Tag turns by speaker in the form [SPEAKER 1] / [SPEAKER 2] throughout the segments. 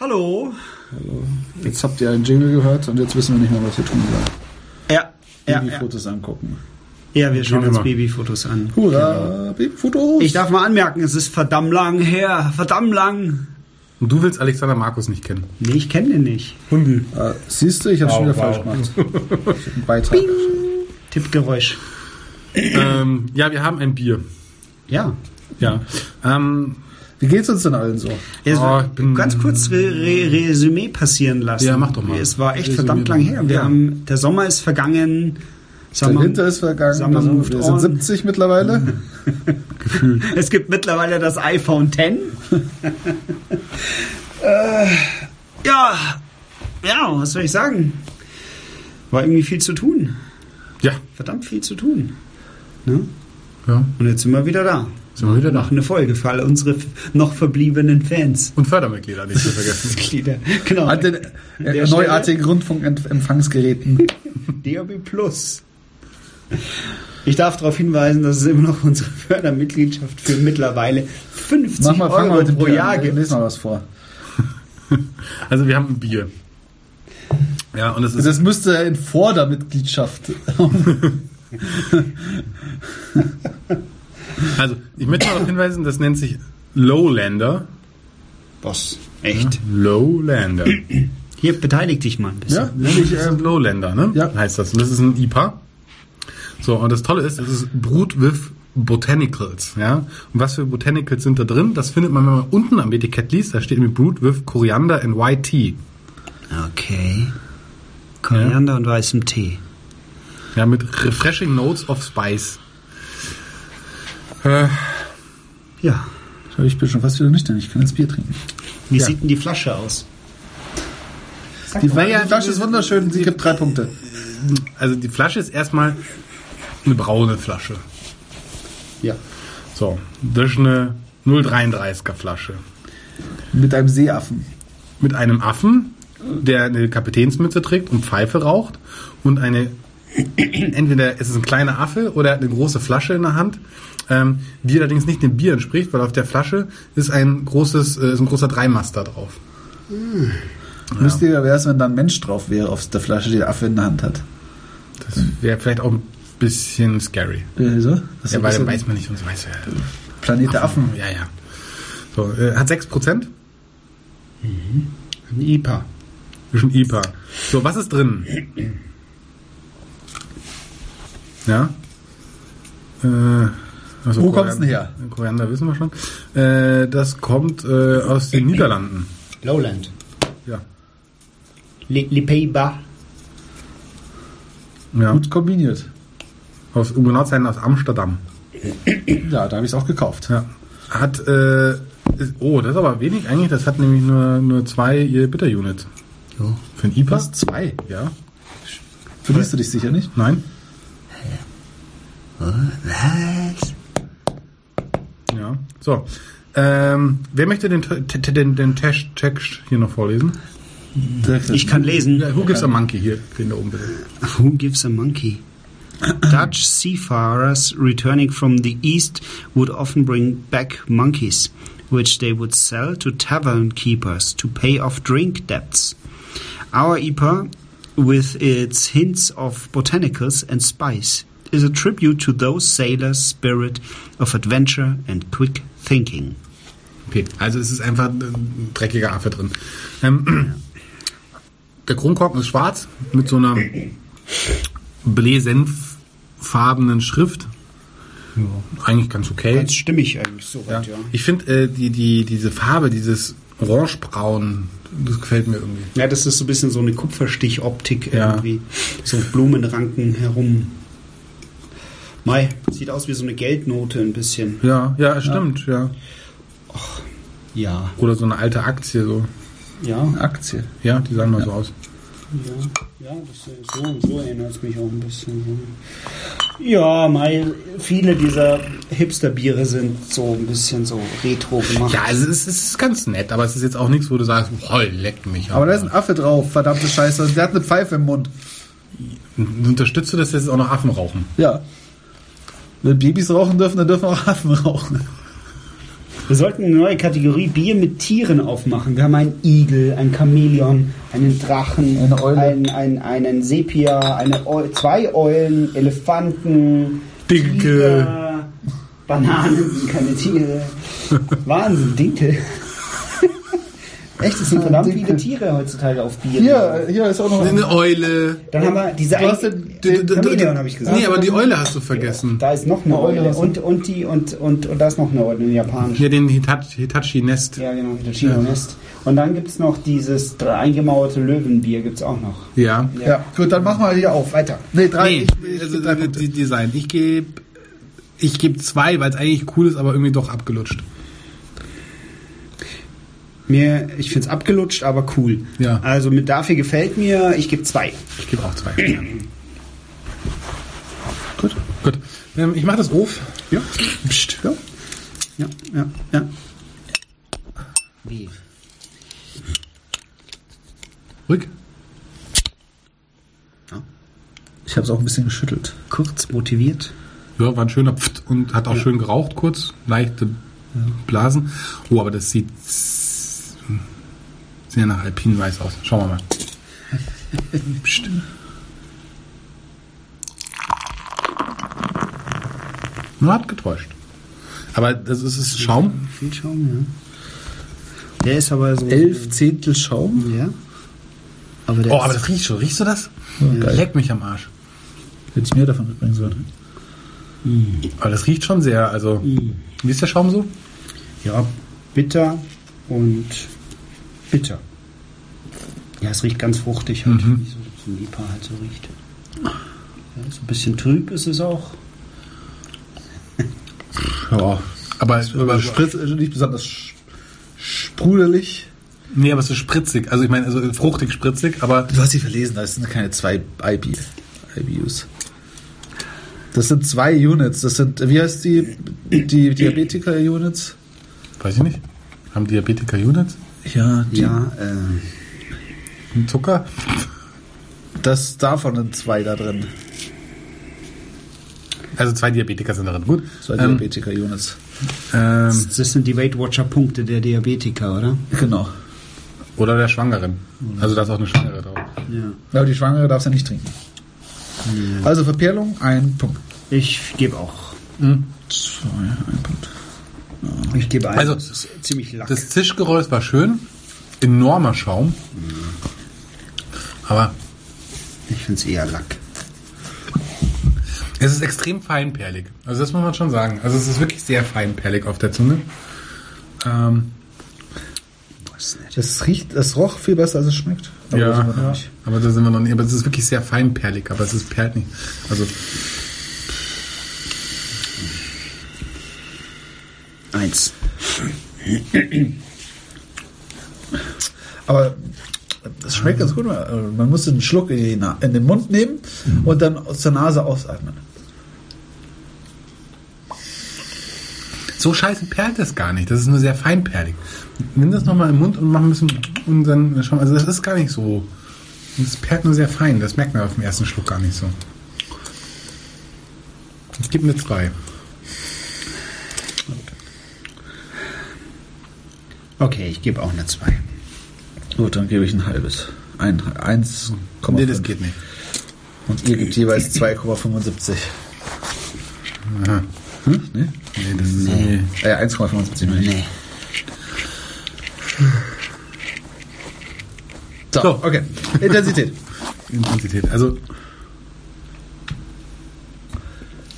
[SPEAKER 1] Hallo.
[SPEAKER 2] Hallo. Jetzt habt ihr einen Jingle gehört und jetzt wissen wir nicht mehr, was wir tun sollen.
[SPEAKER 1] Ja, ja, ja.
[SPEAKER 2] Babyfotos angucken.
[SPEAKER 1] ja wir schauen
[SPEAKER 3] Gehen wir
[SPEAKER 1] uns
[SPEAKER 3] mal.
[SPEAKER 1] Babyfotos an.
[SPEAKER 2] Hurra, Babyfotos.
[SPEAKER 1] Genau. Ich darf mal anmerken, es ist verdammt lang her. Verdammt lang.
[SPEAKER 3] Und du willst Alexander Markus nicht kennen.
[SPEAKER 1] Nee, ich kenne den nicht.
[SPEAKER 3] Hundi.
[SPEAKER 2] äh, siehst du, ich habe
[SPEAKER 3] Wow,
[SPEAKER 2] schon wieder
[SPEAKER 3] wow.
[SPEAKER 2] falsch gemacht. Ich hab einen Beitrag.
[SPEAKER 1] Tippgeräusch.
[SPEAKER 3] ähm, ja, wir haben ein Bier.
[SPEAKER 1] Ja.
[SPEAKER 3] Ja. Ähm,
[SPEAKER 2] Wie geht's uns denn allen so?
[SPEAKER 1] Es
[SPEAKER 3] Oh,
[SPEAKER 1] war-
[SPEAKER 3] ich bin-
[SPEAKER 1] ganz kurz Re Re Resümee passieren lassen.
[SPEAKER 3] Ja, mach doch mal.
[SPEAKER 1] Es war echt
[SPEAKER 3] Resümee
[SPEAKER 1] verdammt
[SPEAKER 3] machen.
[SPEAKER 1] lang her. Wir
[SPEAKER 3] Ja.
[SPEAKER 1] haben, der Sommer ist vergangen.
[SPEAKER 2] Der
[SPEAKER 1] Sommer,
[SPEAKER 2] Winter ist vergangen,
[SPEAKER 1] Sommer
[SPEAKER 2] wir sind-
[SPEAKER 1] moved
[SPEAKER 2] wir sind
[SPEAKER 1] on.
[SPEAKER 2] 70 mittlerweile.
[SPEAKER 1] Es gibt mittlerweile das iPhone 10. äh, ja, ja, was soll ich sagen? War irgendwie viel zu tun.
[SPEAKER 3] ja.
[SPEAKER 1] Verdammt viel zu tun. Ne?
[SPEAKER 3] Ja.
[SPEAKER 1] Und jetzt sind wir wieder da.
[SPEAKER 3] Sind wir wieder da.
[SPEAKER 1] Machen eine Folge für alle unsere f- noch verbliebenen Fans.
[SPEAKER 3] Und Fördermitglieder nicht zu vergessen.
[SPEAKER 1] Glieder. Genau.
[SPEAKER 2] Hat den äh,
[SPEAKER 1] der
[SPEAKER 2] neuartigen Rundfunkempfangsgeräten.
[SPEAKER 1] DAB Plus. Ich darf darauf hinweisen, dass es immer noch unsere Fördermitgliedschaft für mittlerweile 50
[SPEAKER 2] Mach mal, fang mal
[SPEAKER 1] Euro
[SPEAKER 2] mit dem
[SPEAKER 1] pro
[SPEAKER 2] Bier
[SPEAKER 1] Jahr
[SPEAKER 2] an.
[SPEAKER 1] gibt.
[SPEAKER 2] Lest mal was vor.
[SPEAKER 3] Also wir haben ein Bier. Ja, und es ist.
[SPEAKER 2] Das müsste in Vordermitgliedschaft.
[SPEAKER 3] Also, ich möchte mal darauf hinweisen, das nennt sich Lowlander.
[SPEAKER 1] Boss, echt.
[SPEAKER 3] Lowlander.
[SPEAKER 1] Hier, beteilig dich mal ein bisschen.
[SPEAKER 2] Ja, nämlich,
[SPEAKER 3] Das
[SPEAKER 2] äh,
[SPEAKER 3] ist Lowlander, ne?
[SPEAKER 2] Ja.
[SPEAKER 3] Heißt das. Und das ist ein IPA. So, und das Tolle ist, es ist Brut with Botanicals, ja. Und was für Botanicals sind da drin? Das findet man, wenn man unten am Etikett liest, da steht nämlich Brut with Koriander and White Tea.
[SPEAKER 1] Okay. Koriander und weißem Tee.
[SPEAKER 3] Ja, mit Refreshing Notes of Spice. Äh,
[SPEAKER 1] Ja.
[SPEAKER 2] ich bin schon fast wieder nüchtern, ich kann jetzt Bier trinken.
[SPEAKER 1] Wie
[SPEAKER 3] Ja.
[SPEAKER 1] sieht denn die Flasche aus?
[SPEAKER 2] Die, die Flasche ist wunderschön, sie gibt drei Punkte.
[SPEAKER 3] also die Flasche ist erstmal eine braune Flasche.
[SPEAKER 1] Ja.
[SPEAKER 3] So, das ist eine 0,33er Flasche.
[SPEAKER 2] Mit einem Seeaffen.
[SPEAKER 3] Mit einem Affen, der eine Kapitänsmütze trägt und Pfeife raucht und eine, entweder ist es ein kleiner Affe oder er hat eine große Flasche in der Hand, ähm, die allerdings nicht dem Bier entspricht, weil auf der Flasche ist ein großes, äh, ist ein großer Dreimaster drauf.
[SPEAKER 2] Lustiger wäre es, wenn da ein Mensch drauf wäre auf der Flasche, die der Affe in der Hand hat.
[SPEAKER 3] Das wäre vielleicht auch ein bisschen scary.
[SPEAKER 2] Wieso? Das ist
[SPEAKER 3] Ja,
[SPEAKER 2] ein
[SPEAKER 3] weil dann
[SPEAKER 2] bisschen
[SPEAKER 3] weiß man nicht, was weiß ja.
[SPEAKER 2] Planet der Affen.
[SPEAKER 3] Ja, ja. So, äh, hat 6%.
[SPEAKER 1] Ein IPA.
[SPEAKER 3] Ist ein IPA. So, was ist drin? Ja. Äh, also
[SPEAKER 2] Wo
[SPEAKER 3] Korian-
[SPEAKER 2] kommt's denn her?
[SPEAKER 3] Koriander wissen wir schon. Äh, das kommt äh, aus den Niederlanden.
[SPEAKER 1] Lowland.
[SPEAKER 3] Ja.
[SPEAKER 1] Le- Lipeiba.
[SPEAKER 3] ja.
[SPEAKER 2] Gut kombiniert.
[SPEAKER 3] Aus, um genau zu sein, aus Amsterdam.
[SPEAKER 2] Ja, da habe ich es auch gekauft.
[SPEAKER 3] Ja. Hat, äh, ist, oh, das ist aber wenig eigentlich. Das hat nämlich nur, nur zwei äh, Bitter-Units.
[SPEAKER 1] Ja.
[SPEAKER 3] Für ein IPA?
[SPEAKER 2] Was? Zwei?
[SPEAKER 3] Ja.
[SPEAKER 2] Verlierst du dich sicher nicht?
[SPEAKER 3] Nein?
[SPEAKER 1] Was?
[SPEAKER 3] Ja. So. Ähm, wer möchte den, Te- Te- den, den Text Text hier noch vorlesen?
[SPEAKER 1] Ich kann lesen.
[SPEAKER 3] Ja, who gives a monkey hier? Den da oben bitte.
[SPEAKER 1] Who gives a monkey? Dutch seafarers returning from the east would often bring back monkeys, which they would sell to tavern keepers to pay off drink debts. Our IPA, with its hints of botanicals and spice, is a tribute to those sailors' spirit of adventure and quick thinking.
[SPEAKER 3] Okay, also es ist einfach ein dreckiger Affe drin. Ähm, der Kronkorken ist schwarz mit so einer bläsenffarbenen Schrift. Eigentlich ganz okay.
[SPEAKER 1] stimmig eigentlich, soweit,
[SPEAKER 3] Ich finde äh, die, die, diese Farbe, dieses orangebraun, das gefällt mir irgendwie.
[SPEAKER 1] Ja, das ist so ein bisschen so eine Kupferstichoptik
[SPEAKER 3] Ja.
[SPEAKER 1] irgendwie. So Blumenranken herum. Mai, sieht aus wie so eine Geldnote ein bisschen.
[SPEAKER 3] Ja, ja, stimmt, ja.
[SPEAKER 1] Ja.
[SPEAKER 3] Oder so eine alte Aktie, so.
[SPEAKER 1] Ja,
[SPEAKER 2] Aktie.
[SPEAKER 3] Ja, die sahen mal so aus.
[SPEAKER 1] ja, ja das ist so und so erinnert es mich auch ein bisschen. Ja, Mai, viele dieser Hipster-Biere sind so ein bisschen so retro gemacht.
[SPEAKER 3] Ja, also es ist ganz nett, aber es ist jetzt auch nichts, wo du sagst, boah, leck mich.
[SPEAKER 2] Aber da ist ein Affe drauf, verdammte Scheiße. Und Der hat eine Pfeife im Mund.
[SPEAKER 3] Unterstützt du das jetzt auch noch Affen rauchen?
[SPEAKER 2] Ja. Wenn Babys rauchen dürfen, dann dürfen auch Affen rauchen.
[SPEAKER 1] Wir sollten eine neue Kategorie Bier mit Tieren aufmachen. Wir haben einen Igel, ein Chamäleon, einen Drachen,
[SPEAKER 2] Eine Eule.
[SPEAKER 1] Einen, einen, einen Sepia, eine Eu zwei Eulen, Elefanten,
[SPEAKER 3] Dinkel.
[SPEAKER 1] Tiger, Bananen, keine Tiere. Wahnsinn, Dinkel. Echt, es sind verdammt
[SPEAKER 2] Ah,
[SPEAKER 1] viele
[SPEAKER 2] Dinkel.
[SPEAKER 1] Tiere heutzutage auf Bier.
[SPEAKER 2] Hier, hier ist auch noch ein.
[SPEAKER 3] Eine Eule.
[SPEAKER 1] Dann haben wir diese
[SPEAKER 2] Oh. Du hast
[SPEAKER 1] eine-
[SPEAKER 2] den-
[SPEAKER 3] Du- du- du-
[SPEAKER 1] Chamäleon, habe ich gesagt.
[SPEAKER 3] Nee, aber die Eule hast du vergessen.
[SPEAKER 1] Da ist noch eine
[SPEAKER 2] Eine Eule
[SPEAKER 1] Eule
[SPEAKER 2] hast du.
[SPEAKER 1] und, und die und, und, und da ist noch eine Eule, eine japanische.
[SPEAKER 3] Ja, den Hitachi- Hitachi-Nest.
[SPEAKER 1] Ja, genau, der Chino-Nest. Und dann gibt es noch dieses drei- eingemauerte Löwenbier, gibt es auch noch.
[SPEAKER 3] Ja.
[SPEAKER 2] Ja, gut, dann machen wir hier auf.
[SPEAKER 1] Weiter.
[SPEAKER 2] Nee, drei.
[SPEAKER 3] Nee,
[SPEAKER 2] ich, ich,
[SPEAKER 3] also
[SPEAKER 2] drei
[SPEAKER 3] die-
[SPEAKER 2] Punkte.
[SPEAKER 3] die Design. Ich gebe ich geb zwei, weil es eigentlich cool ist, aber irgendwie doch abgelutscht.
[SPEAKER 1] Mir, ich finde es abgelutscht, aber cool.
[SPEAKER 3] Ja.
[SPEAKER 1] Also mit dafür gefällt mir, ich gebe zwei.
[SPEAKER 3] Ich gebe auch zwei. Gut. Gut. Ähm, ich mache das auf.
[SPEAKER 1] Ja.
[SPEAKER 3] Psst. Ja.
[SPEAKER 1] Ja, ja, ja. Wie?
[SPEAKER 3] Rück.
[SPEAKER 2] Ich habe es auch ein bisschen geschüttelt.
[SPEAKER 1] Kurz motiviert.
[SPEAKER 3] Ja, war ein schöner Pft und hat auch schön geraucht, kurz, leichte Blasen. Oh, aber das sieht sehr nach Alpinweiß aus. Schauen wir mal. Psst. Na, hat getäuscht. Aber das ist, ist Schaum.
[SPEAKER 1] Viel Schaum, ja. Der ist aber so.
[SPEAKER 2] Elf Zehntel Schaum.
[SPEAKER 1] Ja. Aber der
[SPEAKER 3] Oh,
[SPEAKER 1] ist
[SPEAKER 3] aber das riecht schon. Riechst du das?
[SPEAKER 2] geil.
[SPEAKER 3] Leck mich am Arsch.
[SPEAKER 2] Hätte ich mehr davon mitbringen sollen.
[SPEAKER 1] Mm.
[SPEAKER 3] Aber das riecht schon sehr. Also, wie ist der Schaum so?
[SPEAKER 1] ja, bitter und bitter. Ja, es riecht ganz fruchtig halt, wie so so ein Lipa halt so riecht. Ja, so ein bisschen trüb ist es auch.
[SPEAKER 3] Ja. Aber, aber
[SPEAKER 2] Aber Spritz, äh, nicht besonders sch- sprudelig.
[SPEAKER 3] nee, aber es ist spritzig. Also ich meine, also fruchtig spritzig, aber
[SPEAKER 2] Du hast sie verlesen, das sind keine zwei IB, IBUs. Das sind zwei Units. Das sind, wie heißt die, die Diabetiker-Units?
[SPEAKER 3] Weiß ich nicht. Haben Diabetiker Units?
[SPEAKER 2] Ja, die,
[SPEAKER 1] Ja, äh,
[SPEAKER 3] Einen Zucker?
[SPEAKER 2] Das davon sind zwei da drin.
[SPEAKER 3] Also zwei Diabetiker sind darin. Gut.
[SPEAKER 2] Zwei
[SPEAKER 3] Ähm,
[SPEAKER 2] Diabetiker-Units.
[SPEAKER 3] ähm,
[SPEAKER 1] das sind die Weight Watcher Punkte der Diabetiker, oder?
[SPEAKER 2] Genau.
[SPEAKER 3] oder der Schwangeren. Also da ist auch eine Schwangere drauf.
[SPEAKER 1] Ja.
[SPEAKER 2] Aber die Schwangere darfst du nicht trinken. Also Verperlung, ein Punkt.
[SPEAKER 1] Ich gebe auch.
[SPEAKER 2] Zwei, ein Punkt.
[SPEAKER 1] Ich gebe ein.
[SPEAKER 3] Also,
[SPEAKER 1] das ist ziemlich lack.
[SPEAKER 3] Das Zischgeräusch war schön. Enormer Schaum. Aber
[SPEAKER 1] ich finde es eher lack.
[SPEAKER 3] es ist extrem feinperlig. Also das muss man schon sagen. Also es ist wirklich sehr feinperlig auf der Zunge. Ähm,
[SPEAKER 1] Weiß nicht.
[SPEAKER 2] Das riecht, es roch viel besser, als es schmeckt. Aber
[SPEAKER 3] ja,
[SPEAKER 2] da sind wir noch
[SPEAKER 3] ja.
[SPEAKER 2] nicht.
[SPEAKER 3] aber da sind wir noch nicht. Aber es ist wirklich sehr feinperlig. Aber es ist perlt nicht. Also
[SPEAKER 1] Eins.
[SPEAKER 2] Aber das schmeckt ganz gut. Man muss den Schluck in, die Na in den Mund nehmen und dann aus der Nase ausatmen.
[SPEAKER 3] So scheiße perlt das gar nicht. Das ist nur sehr feinperlig. Nimm das nochmal im Mund und mach ein bisschen und dann schau mal. Also das ist gar nicht so. Das perlt nur sehr fein. Das merkt man auf dem ersten Schluck gar nicht so. Ich gebe mir zwei.
[SPEAKER 1] Okay, ich gebe auch eine zwei.
[SPEAKER 2] Gut, dann gebe ich ein halbes. Ein, 1,5.
[SPEAKER 3] Nee, das geht nicht.
[SPEAKER 2] Und ihr gebt jeweils 2,75.
[SPEAKER 3] Aha.
[SPEAKER 2] Hm? Nee?
[SPEAKER 3] Nee, das ist nee.
[SPEAKER 2] Äh, 1,75 meine ich.
[SPEAKER 1] Nee.
[SPEAKER 2] So,
[SPEAKER 3] So.
[SPEAKER 2] okay. Intensität.
[SPEAKER 3] Intensität. Also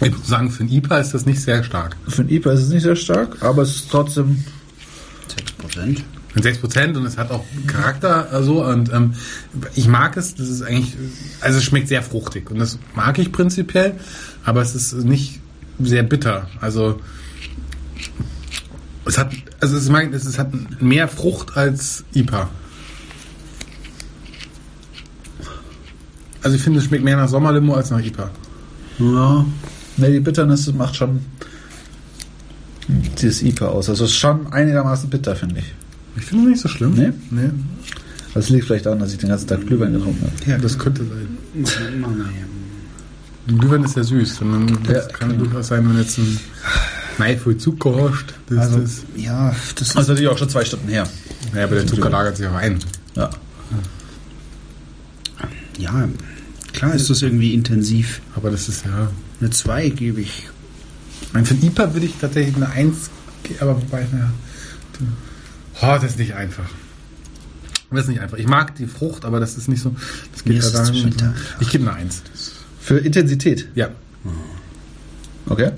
[SPEAKER 3] ich muss sagen, für ein IPA ist das nicht sehr stark.
[SPEAKER 2] Für ein IPA ist es nicht sehr stark, aber es ist trotzdem.
[SPEAKER 1] 6%.
[SPEAKER 3] Mit 6% und es hat auch Charakter äh, so und ähm, ich mag es, das ist eigentlich, also es schmeckt sehr fruchtig und das mag ich prinzipiell, aber es ist nicht sehr bitter. Also es hat, also es, mag, es hat mehr Frucht als IPA. Also ich finde, es schmeckt mehr nach Sommerlimo als nach IPA.
[SPEAKER 2] Ja. Ne, die Bitterness macht schon dieses IPA aus. Also es ist schon einigermaßen bitter, finde ich.
[SPEAKER 3] Ich finde es nicht so schlimm.
[SPEAKER 2] Nee?
[SPEAKER 3] Nee.
[SPEAKER 2] Das liegt vielleicht daran, dass ich den ganzen Tag Glühwein getrunken habe.
[SPEAKER 3] Ja, das könnte sein.
[SPEAKER 1] Machen wir hier.
[SPEAKER 3] Glühwein ist ja süß. Und dann
[SPEAKER 2] Ja,
[SPEAKER 3] das kann durchaus sein, wenn jetzt ein Nein, voll Zuckerhorst. Das,
[SPEAKER 1] Also,
[SPEAKER 3] das.
[SPEAKER 1] ja, das ist
[SPEAKER 2] Das ist natürlich auch schon zwei Stunden her.
[SPEAKER 3] Ja, aber der Zucker lagert sich auch ein.
[SPEAKER 2] Ja.
[SPEAKER 1] Ja, klar ist das irgendwie intensiv.
[SPEAKER 3] Aber das ist ja.
[SPEAKER 1] Eine 2 gebe ich.
[SPEAKER 3] Mein für ein IPA würde ich tatsächlich eine 1 geben, aber wobei, naja. Oh, das ist nicht einfach. Das ist nicht einfach. Ich mag die Frucht, aber das ist nicht so. Das
[SPEAKER 1] Mir
[SPEAKER 3] geht
[SPEAKER 1] ist
[SPEAKER 3] da
[SPEAKER 1] es
[SPEAKER 3] rein.
[SPEAKER 1] zu bitter.
[SPEAKER 3] Ich gebe eine 1.
[SPEAKER 2] Für Intensität.
[SPEAKER 3] Ja.
[SPEAKER 2] Okay.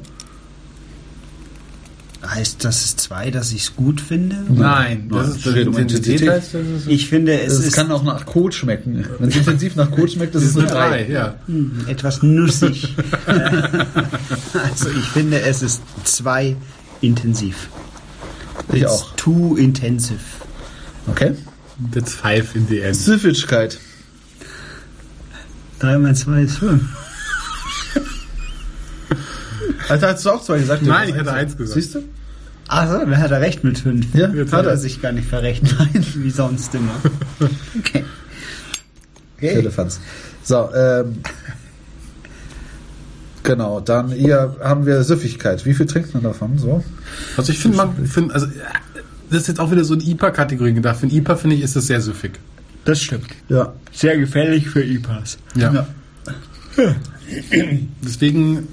[SPEAKER 1] Heißt das ist 2, dass ich es gut finde?
[SPEAKER 3] Nein,
[SPEAKER 2] Ja,
[SPEAKER 3] das ist das
[SPEAKER 2] steht um Intensität.
[SPEAKER 3] heißt, das ist
[SPEAKER 1] Ich finde, es
[SPEAKER 2] Also Es
[SPEAKER 1] ist
[SPEAKER 2] kann auch nach Kot schmecken. Wenn es intensiv nach Kot schmeckt, das
[SPEAKER 3] das
[SPEAKER 2] ist eine 3.
[SPEAKER 3] ja.
[SPEAKER 1] hm, etwas nussig. also ich finde, es ist 2 intensiv.
[SPEAKER 2] Ich
[SPEAKER 1] It's
[SPEAKER 2] auch.
[SPEAKER 1] Too intensive.
[SPEAKER 2] Okay.
[SPEAKER 3] That's 5 in the end.
[SPEAKER 2] Süffigkeit.
[SPEAKER 1] 3 mal 2 ist 5.
[SPEAKER 2] Alter, hast du auch zwei gesagt?
[SPEAKER 3] Nein, ich
[SPEAKER 2] Eins.
[SPEAKER 3] hatte eins gesagt.
[SPEAKER 2] Siehst du?
[SPEAKER 1] Achso, dann hat er recht mit 5.
[SPEAKER 2] Ja,
[SPEAKER 1] Jetzt
[SPEAKER 2] hat
[SPEAKER 1] hat er
[SPEAKER 2] er.
[SPEAKER 1] sich gar nicht verrechnet. Nein, wie sonst immer. Okay. okay.
[SPEAKER 2] Elefants. So, ähm. Genau, dann hier haben wir Süffigkeit. Wie viel trinkt man davon? So?
[SPEAKER 3] Also ich finde, man, find, also, das ist jetzt auch wieder so eine IPA-Kategorie gedacht. Für ein IPA finde ich, ist das sehr süffig.
[SPEAKER 1] Das stimmt.
[SPEAKER 2] Ja.
[SPEAKER 1] Sehr gefährlich für IPAs.
[SPEAKER 3] Ja.
[SPEAKER 2] Ja.
[SPEAKER 3] Deswegen,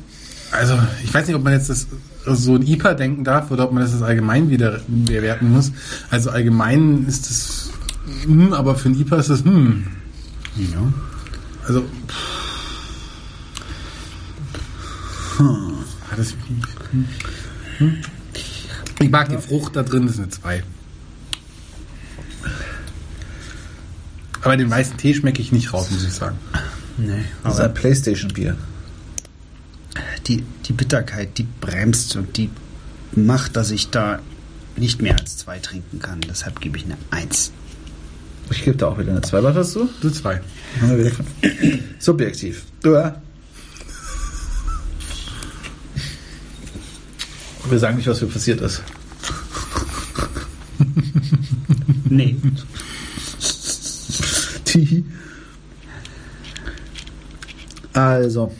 [SPEAKER 3] also ich weiß nicht, ob man jetzt das so ein IPA denken darf oder ob man das jetzt allgemein wieder bewerten muss. Also allgemein ist das hm, aber für ein IPA ist das hm.
[SPEAKER 1] Ja.
[SPEAKER 3] Also pff. Hat das, hm. Ich mag die Frucht da drin, das ist eine 2. Aber den weißen Tee schmecke ich nicht raus, muss ich sagen.
[SPEAKER 1] Nee,
[SPEAKER 2] Das ist
[SPEAKER 1] aber
[SPEAKER 2] ein Playstation-Bier.
[SPEAKER 1] die, die Bitterkeit, die bremst und die macht, dass ich da nicht mehr als zwei trinken kann. Deshalb gebe ich eine Eins.
[SPEAKER 2] Ich gebe da auch wieder eine 2. Was hast du?
[SPEAKER 3] Du 2.
[SPEAKER 2] Haben wir wieder fünf. Subjektiv. äh? Ja. Wir sagen nicht, was mir passiert ist.
[SPEAKER 1] Nee.
[SPEAKER 2] Tihi. Also.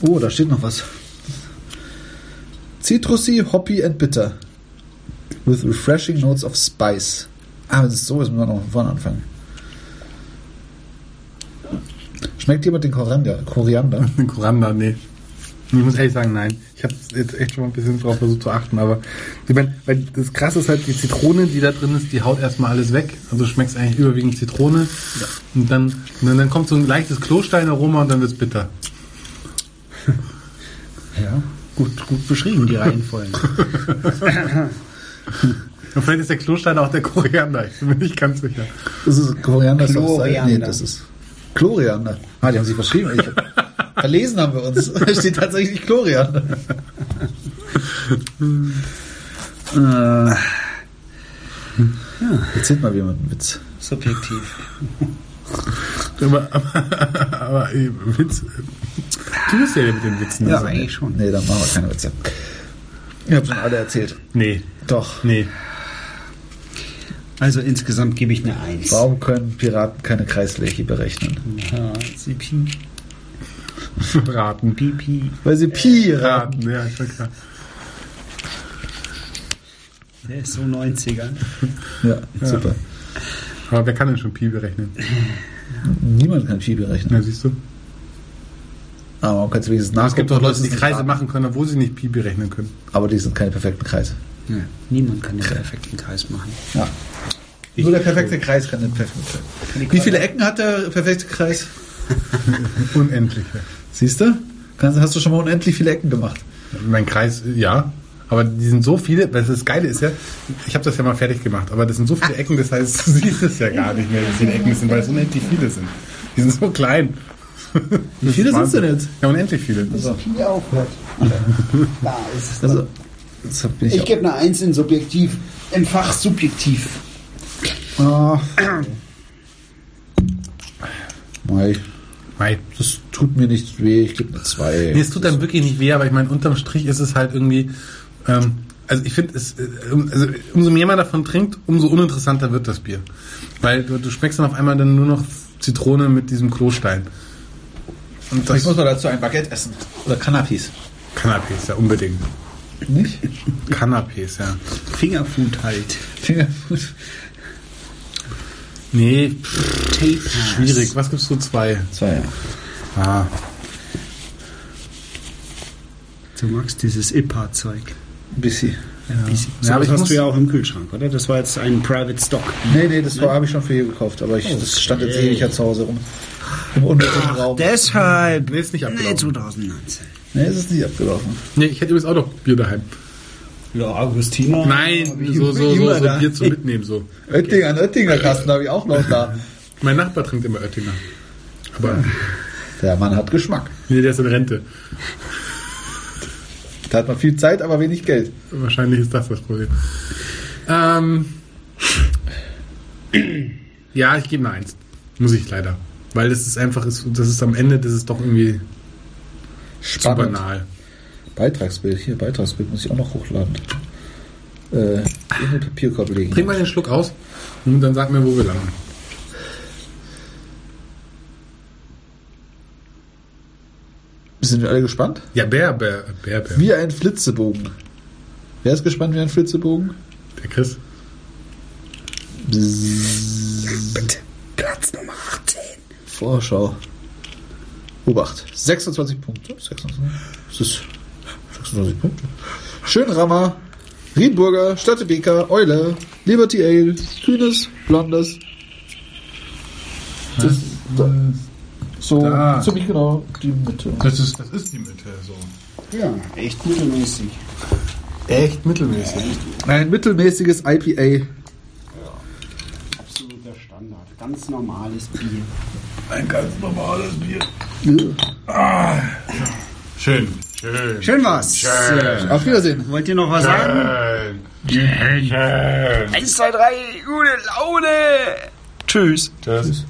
[SPEAKER 2] Oh, da steht noch was. Citrusy, hoppy and bitter. With refreshing notes of spice. Ah, wenn es so ist, müssen wir noch von vorne anfangen. Schmeckt jemand den Koriander? Koriander?
[SPEAKER 3] Den Koriander, nee. Ich muss ehrlich sagen, nein. Ich habe jetzt echt schon mal ein bisschen drauf versucht zu achten, aber ich mein, weil das krasse ist halt, die Zitrone, die da drin ist, die haut erstmal alles weg. Also schmeckt eigentlich überwiegend Zitrone. Und, dann, und dann, dann kommt so ein leichtes Klosteinaroma und dann wird's bitter.
[SPEAKER 2] Ja.
[SPEAKER 1] Gut, gut beschrieben, die Reihenfolgen.
[SPEAKER 3] Und vielleicht ist der Klostein auch der Koriander, ich bin mir nicht ganz sicher.
[SPEAKER 2] Das ist Koriander. ist doch-
[SPEAKER 1] Chloriander.
[SPEAKER 2] Nee, das ist Chloriander. Ah, die haben sich verschrieben. Ich, verlesen haben wir uns. Da steht tatsächlich Chloriander. äh, ja. Erzählt mal jemand einen Witz.
[SPEAKER 1] Subjektiv.
[SPEAKER 3] Aber, aber, aber ey, Witz. Du bist ja der mit den Witzen.
[SPEAKER 1] Ja,
[SPEAKER 3] also.
[SPEAKER 1] eigentlich schon.
[SPEAKER 2] Nee, dann machen wir keine Witze. Ich habe schon alle erzählt.
[SPEAKER 3] Nee,
[SPEAKER 2] Doch.
[SPEAKER 3] nee.
[SPEAKER 1] Also insgesamt gebe ich eine Eins.
[SPEAKER 2] Warum können Piraten keine Kreisfläche berechnen?
[SPEAKER 1] Ja, sie pie,
[SPEAKER 3] Raten.
[SPEAKER 1] pie, pie.
[SPEAKER 2] Weil sie Piraten.
[SPEAKER 3] Raten, ja, schon klar.
[SPEAKER 1] Der ist so 90er.
[SPEAKER 2] Ja, super.
[SPEAKER 3] Aber wer kann denn schon Pi berechnen?
[SPEAKER 2] Niemand kann Pi berechnen. Ah,
[SPEAKER 3] Na, siehst du?
[SPEAKER 2] Aber man kann es wenigstens
[SPEAKER 3] Es gibt
[SPEAKER 2] nachgucken,
[SPEAKER 3] auch Leute, die
[SPEAKER 2] ob sie
[SPEAKER 3] Kreise
[SPEAKER 2] raten.
[SPEAKER 3] machen können, obwohl sie nicht Pi berechnen können.
[SPEAKER 2] Aber die sind keine perfekten Kreise.
[SPEAKER 1] Ja, niemand kann den perfekten Kreis machen.
[SPEAKER 2] Ja.
[SPEAKER 3] Ich-
[SPEAKER 2] Nur der perfekte Kreis kann den perfekten Kreis. Wie viele Ecken hat der perfekte Kreis?
[SPEAKER 3] Unendlich.
[SPEAKER 2] Siehst du? Kannst- Hast du schon mal unendlich viele Ecken gemacht?
[SPEAKER 3] Mein Kreis, ja. Aber die sind so viele, weil das Geile ist ja, ich habe das ja mal fertig gemacht, aber das sind so viele Ecken, das heißt, du siehst es ja gar nicht mehr, wie viele Ecken es sind, weil es unendlich viele sind. Die sind so klein. Wie
[SPEAKER 2] viele sind's denn jetzt?
[SPEAKER 3] Ja, unendlich viele.
[SPEAKER 1] Pie aufhört. Da ist es.
[SPEAKER 2] Also, das hab ich,
[SPEAKER 1] Ich gebe eine Eins in Subjektiv. Im Fach Subjektiv.
[SPEAKER 2] auch. Ah. Oh. Mei,
[SPEAKER 3] Mei.
[SPEAKER 2] das tut mir nicht weh. Ich gebe eine 2.
[SPEAKER 3] Nee, es tut einem wirklich nicht weh, aber ich meine, unterm Strich ist es halt irgendwie, ähm, also ich finde, es, äh, um- also umso mehr man davon trinkt, umso uninteressanter wird das Bier. Weil du, du schmeckst dann auf einmal dann nur noch Zitrone mit diesem Klostein. Und das
[SPEAKER 2] mal dazu ein Baguette essen. Oder Canapés.
[SPEAKER 3] Canapés, ja, unbedingt.
[SPEAKER 2] Nicht?
[SPEAKER 3] Canapés, ja.
[SPEAKER 1] Fingerfood halt.
[SPEAKER 2] Fingerfood.
[SPEAKER 3] Nee, pff,
[SPEAKER 1] Tapas.
[SPEAKER 3] schwierig. Was gibst du zwei?
[SPEAKER 2] Zwei, ja.
[SPEAKER 3] Ah,
[SPEAKER 1] Du magst dieses IPA-Zeug.
[SPEAKER 2] Ein bisschen.
[SPEAKER 1] Ja. So,
[SPEAKER 3] Ja, aber
[SPEAKER 1] das
[SPEAKER 3] ich
[SPEAKER 1] hast
[SPEAKER 3] muss-
[SPEAKER 1] du ja auch im Kühlschrank, oder? Das war jetzt ein Private Stock.
[SPEAKER 2] Nee, nee, das habe ich schon für hier gekauft, aber ich, das stand jetzt
[SPEAKER 1] Okay.
[SPEAKER 2] ewig ja zu Hause rum. Im unnötigen Raum.
[SPEAKER 1] Deshalb.
[SPEAKER 3] Nee, ist nicht abgelaufen.
[SPEAKER 1] 2019.
[SPEAKER 2] Nee, es ist nicht abgelaufen.
[SPEAKER 3] nee, ich hätte übrigens auch noch Bier daheim.
[SPEAKER 1] Ja, Augustina.
[SPEAKER 3] Nein, so, so, so, so Bier zum Mitnehmen, so.
[SPEAKER 2] Oettinger, einen Oettinger Kasten habe ich auch noch da.
[SPEAKER 3] Mein Nachbar trinkt immer Oettinger. Aber
[SPEAKER 2] Der Mann hat Geschmack.
[SPEAKER 3] nee, der ist in Rente.
[SPEAKER 2] Da hat man viel Zeit, aber wenig Geld.
[SPEAKER 3] Wahrscheinlich ist das das Problem. Ähm, ja, ich gebe eine Eins. Muss ich leider. Weil das ist einfach, das ist am Ende, das ist doch irgendwie zu
[SPEAKER 2] Spannend.
[SPEAKER 3] banal.
[SPEAKER 2] Beitragsbild, hier, Beitragsbild muss ich auch noch hochladen. Äh, in den Papierkorb legen.
[SPEAKER 3] Trink mal den Schluck aus und dann sag mir, wo wir landen.
[SPEAKER 2] Sind wir alle gespannt?
[SPEAKER 3] Ja, Bär, Bär, Bär, Bär.
[SPEAKER 2] Wie ein Flitzebogen. Wer ist gespannt wie ein Flitzebogen?
[SPEAKER 3] Der Chris.
[SPEAKER 1] Bitte. Platz Nummer 18.
[SPEAKER 2] Vorschau. Obacht. 26 Punkte. 26. Das ist 26 Punkte. Schönrammer, Riedburger, Stadtebeker, Eule, Liberty Ale, Kühnes, Blondes. Das, da, so,
[SPEAKER 3] Da.
[SPEAKER 2] ziemlich genau die Mitte.
[SPEAKER 3] Das ist, das ist die Mitte, so.
[SPEAKER 1] Ja, echt mittelmäßig.
[SPEAKER 3] Echt mittelmäßig.
[SPEAKER 2] Ein mittelmäßiges IPA.
[SPEAKER 1] Absoluter Standard. Ganz normales Bier.
[SPEAKER 3] Ein ganz normales Bier. Ah, Schön, schön.
[SPEAKER 1] Schön war's. Schön.
[SPEAKER 2] Auf Wiedersehen.
[SPEAKER 1] Wollt ihr noch was sagen?
[SPEAKER 3] Schön.
[SPEAKER 1] Eins, zwei, drei. Gute Laune. Tschüss.
[SPEAKER 3] Tschüss.